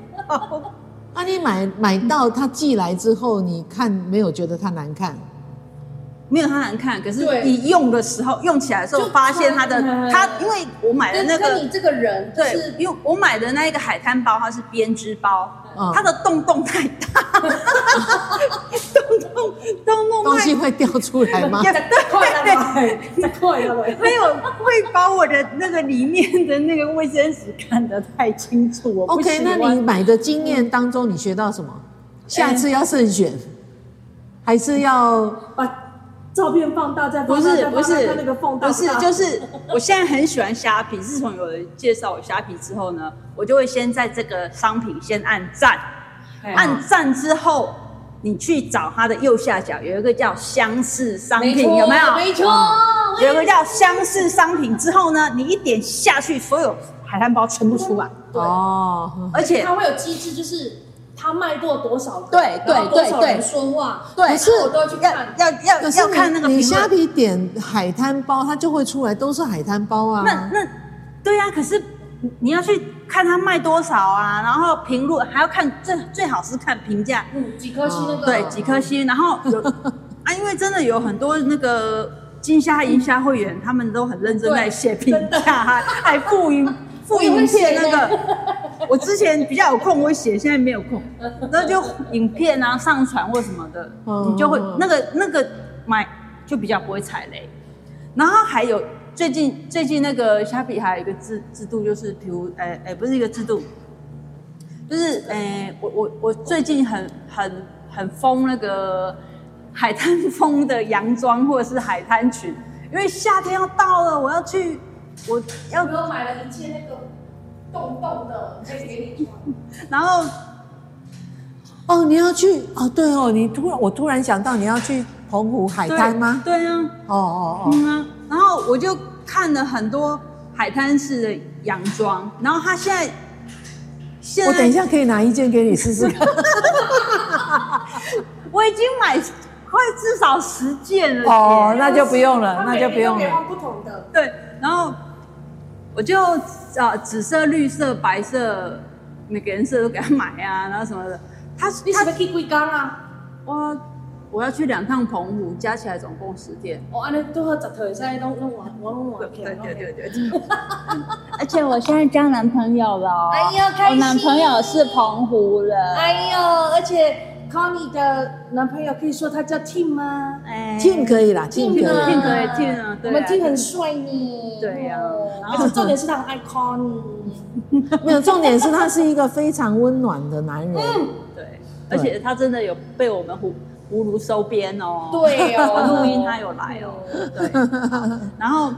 啊，你买买到他寄来之后，你看没有觉得它难看？
没有它难看，可是
对
你用的时候，用起来的时候
就
发现它的
穿
它，因为我买的
跟
那
跟
个
你这个人就
对
是，
因为我买的那一个海滩包，它是编织包，
嗯
它的洞洞太大， 洞洞洞洞
东
太
西会掉出来吗？
大，
快了吧，再快了吧。
没有会把我的那个里面的那个卫生纸看得太清楚， 我不
OK，
喜
那
欢。
你买的经验当中，你学到什么？下次要慎选，还是要
把照片放大再
不
放大，
是
再放
不
大
是
看那个缝大
不是
大
就是 我现在很喜欢虾皮，自从有人介绍我虾皮之后呢，我就会先在这个商品先按赞，
哎
按赞之后。你去找它的右下角有一个叫相似商
没
品，
错，
有没哦有？
没错，我也
有一个叫相似商品之后呢，你一点下去，所有海滩包全部出来，
对
哦，
而且
它会有机制，就是他卖过多少个，
对对
然后多少
对
人
对
说话，
对
然后我都要去
要
看。
要要
可是
要
你
看那个
你
评
虾
论。
皮点海滩包，它就会出来都是海滩包
那
啊。
那对呀、可是你你要去看它卖多少啊，然后评论还要看最最好是看评价，
嗯，几颗星那个，
对几颗星，然后有啊，因为真的有很多那个金虾银虾会员，他们都很认真在写评价，还还附影附影片那个。我之前比较有空，我写，现在没有空，然后就影片啊上传或什么的，
嗯
你就会那个那个买就比较不会踩雷。然后还有最近最近那个虾皮还有一个制制度，就是比如诶诶、呃不是一个制度，就是诶、呃我我我最近很很很疯那个海滩风的洋装或者是海滩裙，因为夏天要到了，我要去我要
我又买了一件那个洞洞的，可以给你穿。
然后
哦，你要去哦，对哦，你突然我突然想到你要去澎湖海
对
滩吗？
对啊，
哦哦哦，
嗯啊，然后我就看了很多海滩式的洋装，然后他现在现在
我等一下可以拿一件给你试 试看。
我已经买快至少十件了
哦，
姐
那就不用了，
它
那
每
就
天
不
都
用
可以
了。
换不同的，
对，然后我就啊紫色、绿色、白色，每个颜色都给他买啊，然后什么的。他
你是
他
不是去龟缸啊？
我我要去两趟澎湖，加起来总共十天。
哦，安尼都好十头，现在都弄完，我弄完
对
片。
对对对，
而且我现在交男朋友了哦，
哎呀开
我
心
男朋友是澎湖人，
哎呦，而且 Connie 的男朋友可以说他叫 Tim 吗？
哎
Team 可以啦，Team 可以
啊
听
啦。
可以听啊，
我
对
们
啊，
Tim 很帅呢。
对呀
哦
然后
而且重点是他很爱 Connie。
没有，重点是他是一个非常温暖的男人。
对，而且他真的有被我们葫葫芦收编哦。。
对哦，
录音他有来哦，对，然后，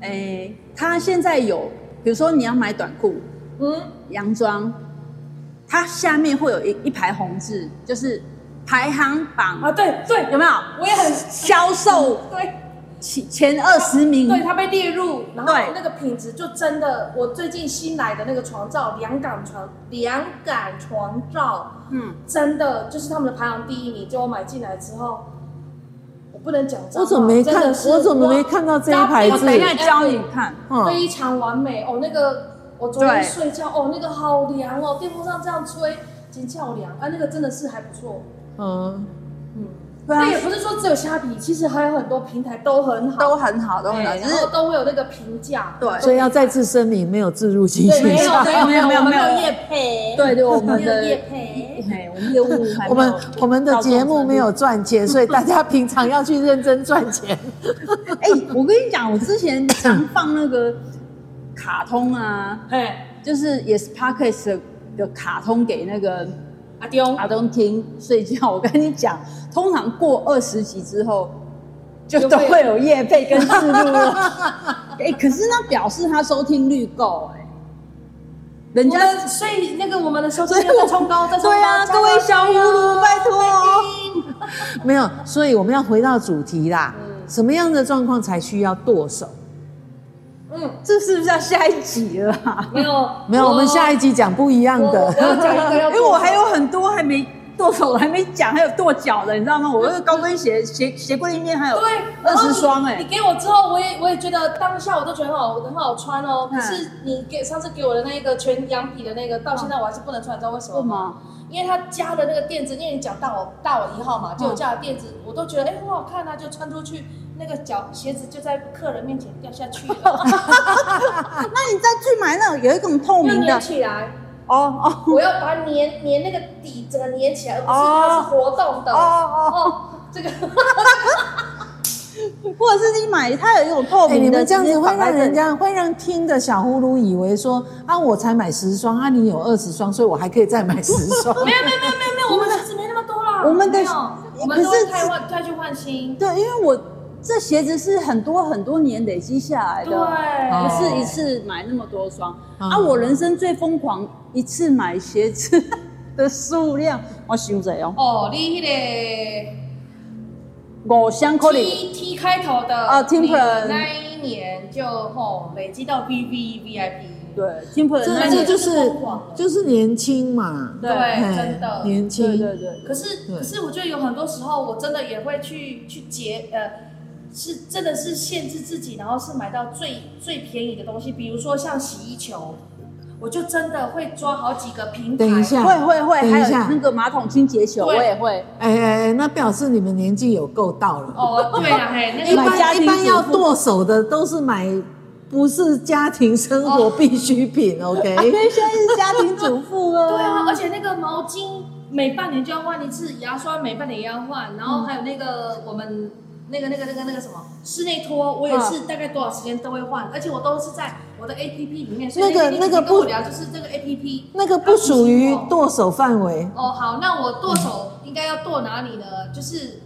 诶，他现在有，比如说你要买短裤，
嗯，
洋装，它下面会有一一排红字，就是排行榜、
啊，对对，
有没有？
我也很
销售
对。
前前二十名，
对
对，它被列入，然后
对
那个品质就真的，我最近新来的那个床罩，两港床，两港床罩，
嗯，
真的就是他们的排行第一名。结果我买进来之后，我不能讲脏话，
我怎么没看
真的是
我怎么没看到这一排
我
字
等一下教你看，
哇
嗯，
非常完美哦。那个我昨天
对
睡觉哦，那个好凉哦，电风扇这样吹，真叫凉啊，那个真的是还不错。
嗯，
嗯，
对啊
那也不是说只有虾皮，其实还有很多平台都很好，
都很好，都
对
很好，只
然
是
后都会有那个评价，
对
所以要再次声明，没有自入情
对，没
绪。
有没有没有没有没有
没
夜陪，
对对，我
没
们
有
的
夜陪，
哎，我们业务还没有
我们我们的节目没有赚钱，所以大家平常要去认真赚钱。
哎、我跟你讲，我之前常放那个卡通啊，
嘿，
就是也是 Parkes 的的卡通给那个
阿丢，
阿东听睡觉。我跟你讲，通常过二十集之后，就都会有夜配跟自录了。 哎、可是那表示他收听率够哎、人
人
家
家所以那个我们的收听率在冲高，在冲高，
对啊，
加
各位
油
小葫芦，拜托哦。
没有，所以我们要回到主题啦。什么样的状况才需要剁手？
嗯，
这是不是要下一集了啊、
没有
没有，我们下一集讲不一样
我我
的。
要讲一个要
因为我还有很多还没剁手还没讲，还有跺脚的，你知道吗？我那个高跟鞋鞋鞋柜里面还有
对，
二
然后
十
你
双哎、
你给我之后，我也我也觉得当下我都觉得很好，很好穿哦。
嗯
可是你给上次给我的那一个全羊皮的那个，到现在我还是不能穿，你知道为什么
为什
吗？因为他加的那个垫子，因为你讲大我大我一号嘛，就加了垫子，我都觉得哎很好看啊，就穿出去，那个脚鞋子就在客人面前掉下去了，
那你再去买那种有一种透
要
明的
粘起来，
哦哦
我要把它粘粘那个底整个粘起来，而不是它是活动的。
哦哦，
哦，这个
或者是你买它有一种透
哎，你
明的，
们这样
直
子
接
会
绑在
让
这里
人家会让听的小呼噜以为说啊，我才买十双啊，你有二十双，所以我还可以再买十双。
没有没有没有没有没有，我们鞋子没那么多啦。
我们的
没有我哦
可
们都
是
会太换再去换新。
对，因为我这鞋子是很多很多年累积下来的，
对
不是一次买那么多双。
嗯
啊，我人生最疯狂一次买鞋子 的数量，我想者哦，
哦，你那
五箱可
个
能
T T 开头的
哦，Timberland
你那一年就吼累积到 V V V I P。
对 t i m p e r
这这
那你
就
就是是疯狂了
就是年轻嘛，
对
嘿
真的
年
对
轻，
对对，
可是
对
可是我觉得有很多时候我真的也会去去节呃。是，真的是限制自己，然后是买到最最便宜的东西，比如说像洗衣球，我就真的会抓好几个平台。
等一下
会会会，
等一
还有
下
那个马桶清洁球，
对
我也会。
哎哎哎，那表示你们年纪有够到了。
哦，对啊，嘿，那
一
个
买家
般
庭
一般要
主妇
剁手的都是买不是家庭生活必需品、o
因
k
为现在是家庭主妇啊，
对啊，而且那个毛巾每半年就要换一次，牙刷每半年也要换，然后还有那个我们那个那个那个那个什么室内拖，我也是大概多少时间都会换，而且我都是在我的 A P P 里面，所以
那个
你
那个
跟我
不
聊就是这个 A P P。
那个不属于剁手范围。
哦，好，那我剁手应该要剁哪里呢？就是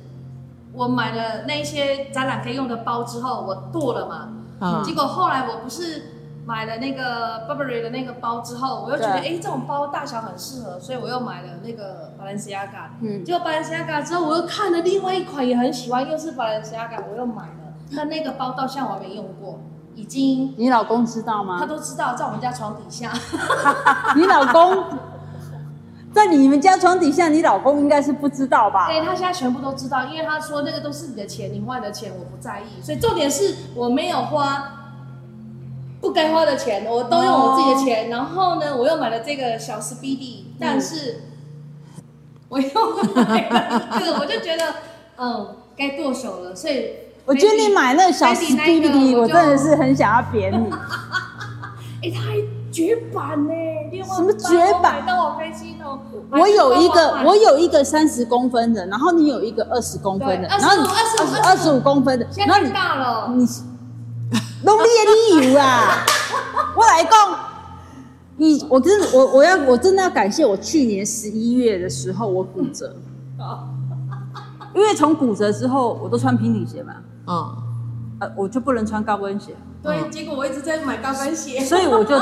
我买了那一些展览可以用的包之后，我剁了嘛，
啊
结果后来我不是买了那个 Burberry 的那个包之后，我又觉得哎、诶这种包大小很适合，所以我又买了那个 Balenciaga。嗯，结果 Balenciaga 之后，我又看了另外一款也很喜欢，又是 Balenciaga，我又买了。但那个包到现在我还没用过，已经
你老公知道
他
吗？
都知道在我们家床底下。
你老公在你们家床底下，你老公应该是不知道吧？
对他现在全部都知道，因为他说那个都是你的钱，你花你的钱，我不在意。所以重点是我没有花不该花的钱，我都用我自己的钱。
哦
然后呢，我又买了这个小 Speedy，但
嗯
是、我又买了这个，我就觉得嗯，该剁手了。所以
我觉得你买那个小
Fendi 那
Speedy，、
个我
我
就
真的是很想要扁你。
哎，他还绝版呢、六万
什么
八
绝
我买
版
到我开心哦！
我有一个，我
有
有一个三十公分的，然后你有一个二十公分的，
对
然后你
25
二十五公分的，
现
然后
在
你
太大了，
你弄你的理由啊！ 我来讲，你我真的我我要我真的要感谢我去年十一月的时候我骨 折，因为从骨折之后我都穿平底鞋嘛，
啊、
呃，我就不能穿高跟鞋，
对，结果我一直在买高跟鞋。
嗯所以我就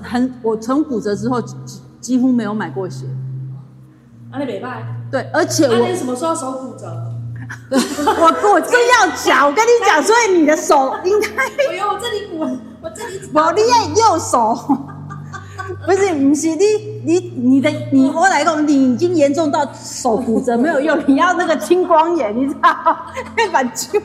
很我从骨折之后几几几乎没有买过鞋，
安利北啊拜，安
对，而且我
利什么时候手骨折？
我我正要讲，我跟你讲，所以你的手应该
哎呦，我这里骨， 我这里
无你的右手，不是，不是你你你的你，我来讲，你已经严重到手骨折没有用，你要那个青光眼，你知道吗， 那把揪，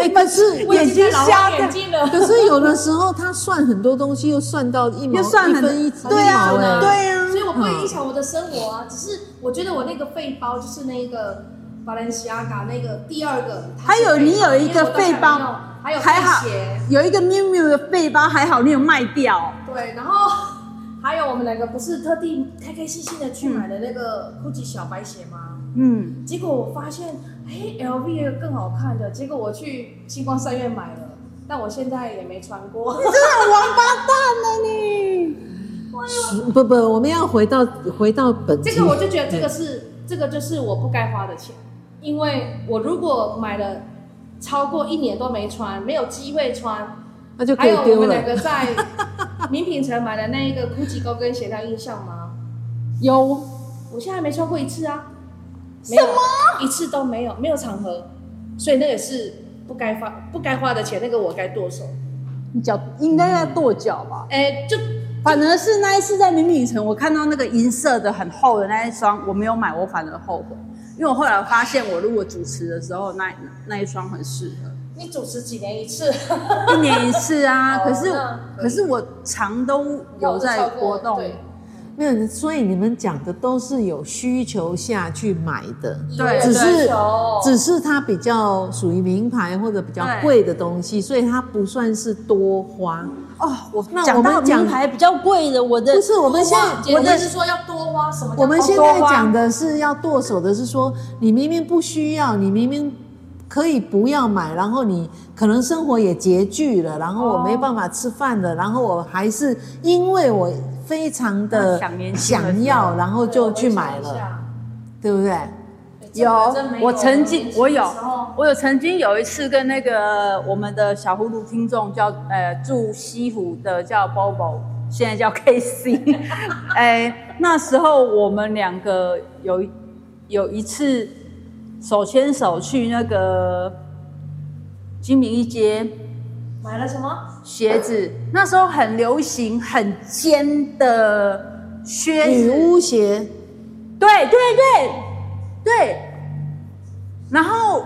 哎，可是
我已
眼睛
经在老花
瞎
眼
掉。
睛了。
可是有的时候他算很多东西，又算到一毛
又算
一
很
分一
对啊
一毛哎
对啊
所以我不会影响我的生活啊，只是我觉得我那个肺包就是那个巴伦西亚嘎那个第二个，它
还
是
有你有一个
肺
肺包
因为我到现在没有，还
还
有
好
肺鞋，
有一个喵喵的背包，还好你有卖掉。
对，然后还有我们两个不是特地开开心心的去买的那个 GUCCI 小白鞋吗？
嗯，
结果我发现，哎，LV 也有更好看的，结果我去星光三月买了，但我现在也没穿过。
真的王八蛋呢你！
不不，我们要回到回到本题
这个我就觉得这个是这个就是我不该花的钱，因为我如果买了超过一年都没穿，没有机会穿，
那就可
还
以
有我
丢
们
了
两。个在名品城买的那一个 GUCCI 高跟鞋，它有印象吗？
有
我现在没穿过一次啊，没有一次都没有，没有场合，所以那也是不该花不该花的钱，那个我该剁手。
你脚应该要跺脚吧？
哎，就
反而是那一次在明明城，我看到那个银色的很厚的那一双，我没有买，我反而后悔，因为我后来发现，我如果主持的时候，那那一双很适合，
你主持几年 一次？
一年一次啊。
哦
可是
那可以
可是我常都有在活动，
对，
没有，所以你们讲的都是有需求下去买的，
对
只是只
是
是它比较属于名牌或者比较贵的东西，所以它不算是多花。
哦，我
那
讲
我们
到
讲
名牌比较贵的，我的
不是我们现在
我的是说要多花什么叫多花？
我们现在讲的是要剁手的，是说你明明不需要，你明明可以不要买，然后你可能生活也拮据了，然后我没办法吃饭了，然后我还是因为我非常的
想年轻的时候
想要，然后
对
就去买
啊
了，。对不对？
这个
有
哎真没，
我曾经
年轻
我
的
有
时候，
我有曾经有一次跟那个我们的小葫芦听众叫呃住西湖的叫 Bobo，现在叫 K C，哎，那时候我们两个有有一次手牵手去那个金明一街
买了什么？
鞋子，那时候很流行很尖的靴
女
子，
巫 鞋，
对对对对。然后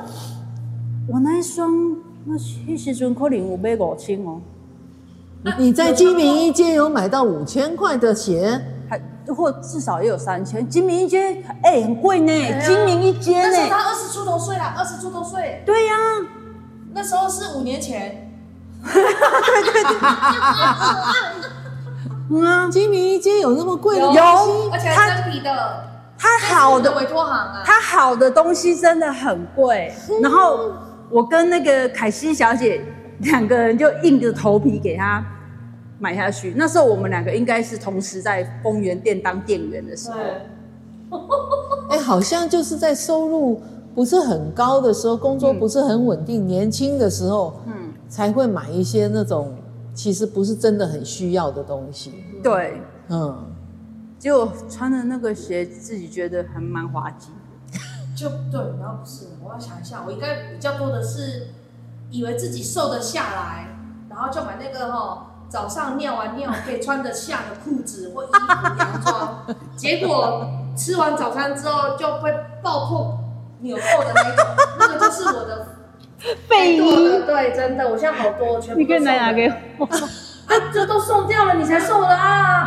我那一双那迄时阵可能有买五千哦，
啊
你在金明一街有买到五千块的鞋，
还或至少也有三千。金明一街哎、很贵呢，
呀
金明一街
啊那时候
呢，
他二十出头岁啦，二十出头岁，
对呀、
那时候是五年前，
嗯啊，
金明一街有那么贵的东西？
而且还真皮的，
它好的
委托行啊，
它好的东西真的很贵。然后我跟那个凯西小姐两个人就硬着头皮给她买下去。那时候我们两个应该是同时在丰源店当店员的时候，
对，
哎、好像就是在收入不是很高的时候，工作不是很稳定，年轻的时候，
嗯，
才会买一些那种其实不是真的很需要的东西。
对。
嗯，
结果穿的那个鞋，自己觉得还蛮滑稽。
就对，然后不是，我要想一下，我应该比较多的是以为自己瘦得下来，然后就买那个哈、早上尿完尿可以穿得下的裤子或衣服洋装，结果吃完早餐之后就被爆破纽扣的那种，那个就是我 的背衣。对，真的，我现在好多，全部都送了
我？
啊这都送掉了，你才送的啊！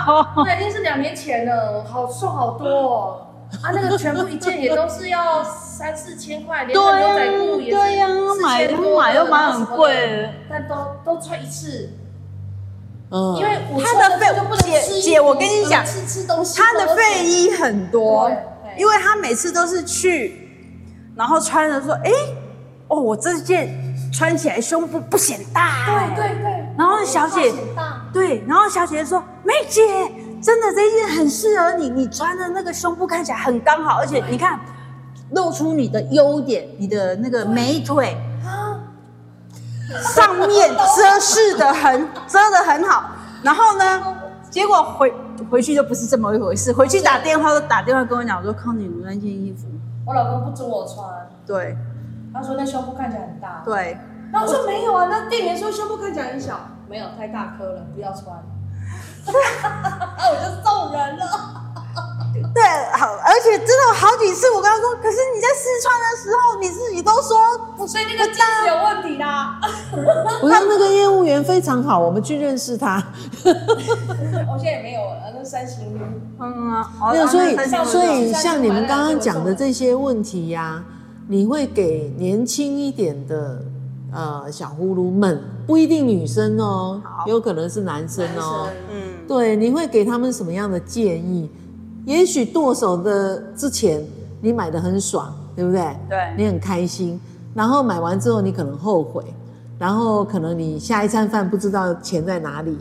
那已经是两年前了，好送好多哦。啊，那个全部一件也都是要三四千块，连个牛仔裤也是
对呀买
四千多
买又买很贵的，
但都都穿一次，
嗯，
因为我
他的
穿了就不能
费
吃
姐
衣
姐
服
我跟你
只能
讲
吃吃东西，
他的费衣很多
对对，
因为他每次都是去，然后穿着说，哎、哦，我这件穿起来胸部不显大、
对对对。
然后小姐
我发现大
对，然后小姐姐说：“梅姐，真的这件很适合你，你穿的那个胸部看起来很刚好，而且你看，
露出你的优点，你的那个
美腿上面遮饰的很，遮的很好。然后呢，
结果回回去就不是这么一回事。回去打电话都打电话跟我讲，我说康妮，我那件衣服，
我老公不准我穿，
对
他说那胸部看起来很大，
对，
然后我说没有啊，那店员说胸部看起来很小，没有太大颗了，不要 穿。我就送人了。
对，好，而且真的有好几次我跟她说，可是你在试穿的时候，你自己都说不
所以那个镜子有问题啦。
不是那个业务员非常好，我们去认识他。
我现在也没有了，那三星
嗯啊，
没有，所以
上次
所以
上次
像你
买
们
了
刚
就
刚
有
讲
送
的
了
这些问题呀、你会给年轻一点的呃小呼噜们，不一定女生哦，有可能是男生哦。
嗯，
对，你会给他们什么样的建议？也许剁手的之前你买的很爽，对不对？
对
你很开心，然后买完之后你可能后悔，然后可能你下一餐饭不知道钱在哪里，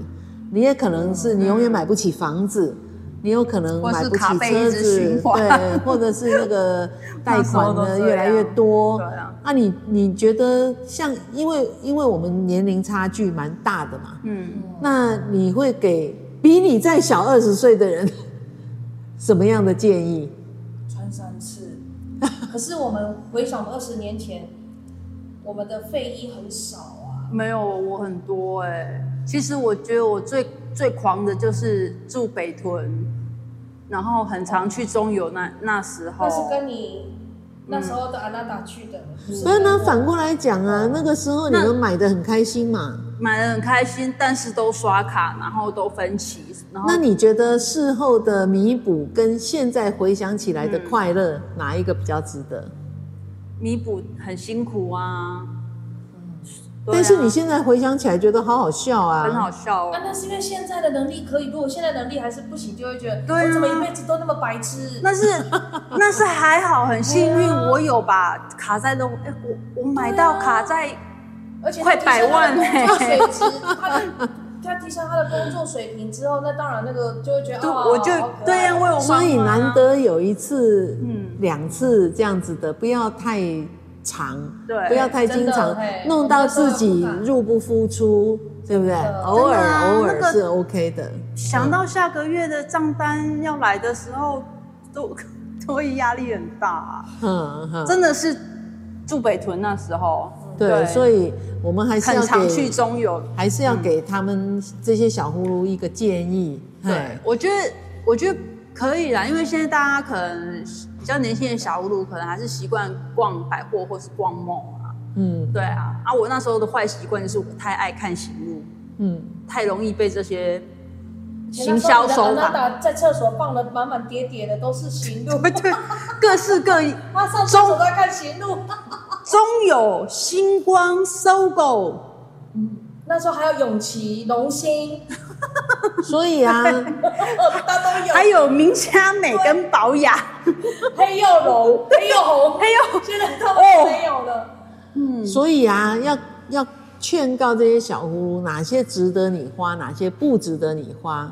你也可能是你永远买不起房子。你有可能
嗯或
买
是
不
卡
起
被
车
一直
子
循，环
对，或者是 那个贷
那时候
款
都
呢
这
越来越
样
多
对啊。
那你你觉得像，因为因为我们年龄差距蛮大的嘛，
嗯，
那你会给比你再小二十岁的人 什么样的建议？
穿三次。可是我们回想二十年前，我们的废衣很少啊。
欸
没有我很多哎、其实我觉得我最
最狂的就是住北屯，然后很常去中游那那时候
那。是跟你那时候的安娜达去的，不是
所以呢，反过来讲啊，那个时候你
那
们买的很开心嘛。
买的很开心，但是都刷卡，然后都分期，然后
那你觉得事后的弥补跟现在回想起来的快
嗯
乐，哪一个比较值得？
啊弥补很辛苦啊。对啊
但是你现在回想起来觉得好好笑啊，
很好笑
啊，
哦。
那是因为现在的能力可以，如果现在能力还是不行，就会觉得
对啊
我怎么一辈子都那么白痴。
那是 那是还好，很幸运，
啊
我有把卡债都，哎，我我买到卡债，
而且
快百万
呢、
欸
水平，他他提升他的工作水平之后，那当然那个就会觉得，
对，
哦、
我就
好可爱
对呀，为我妈
所以难得有一次、
啊嗯
两次这样子的，不要太长，
对
不要太经
真
常
的嘿，
弄到自己入不敷出，对不对？
真的
偶尔、
真的啊
偶尔
那个
是 OK 的。
想到下个月的账单要来的时候，都都会压力很大啊、
嗯嗯，
真的是住北屯那时候，
对，所以我们还是
很
要
常去
给，
中游。
还是要
嗯
给他们这些小葫芦一个建议。
对
嘿，，
我觉得我觉得可以啦，因为现在大家可能比较年轻的小葫芦，可能还是习惯逛百货或是逛 mall 啊。
嗯
对啊，啊，我那时候的坏习惯就是我太爱看行路，
嗯，
太容易被这些
前段
行
时
销
间
手
安娜
法，
达在厕所放了满满叠叠的都是行路，
对对，各式各
他上厕所都在看行路。
中有星光、搜狗，
那时候还有永琪、龙兴，
所以 啊，
他都有，
还有名家美跟保养。
黑又龙、黑又红、黑又，现在他们都
哦
没有了。
嗯
所以啊，要要劝告这些小葫芦，哪些值得你花，哪些不值得你花。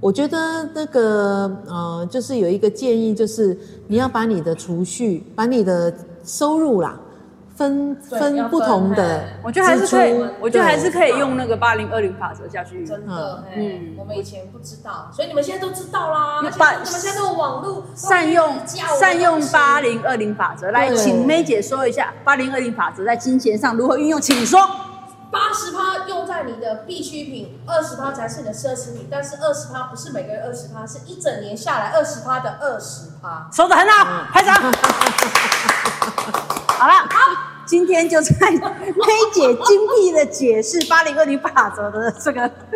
我觉得那个呃，就是有一个建议，就是你要把你的储蓄，把你的收入啦，分
对
分
要
不
分
同的
开
我觉得还是可以
支出，
我觉得还
对
是可以用那个八零二零法则下去。
真的，嗯
嗯，
我们以前不知道，所以你们现在都知道啦。
那
那现
把
在你们现在都有网络，
善用
都可以架我的
善用
东西
八零二零法则，来，
对
请梅姐说一下八零二零法则在金钱上如何运用，请说。
八十趴用在你的必需品，二十趴才是你的奢侈品。但是二十趴不是每个月二十趴，是一整年下来二十趴的二十趴。
说的很好，拍掌。嗯 好了，今天就在梅姐精辟的解释八零二零法则的这个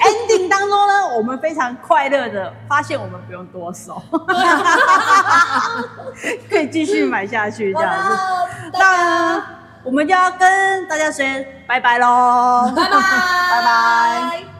ending 当中呢，我们非常快乐的发现，我们不用多手， 可以继续买下去这
好
样 子。
了，大
那
家
我们就要跟大家说拜拜喽。
拜拜，
拜拜。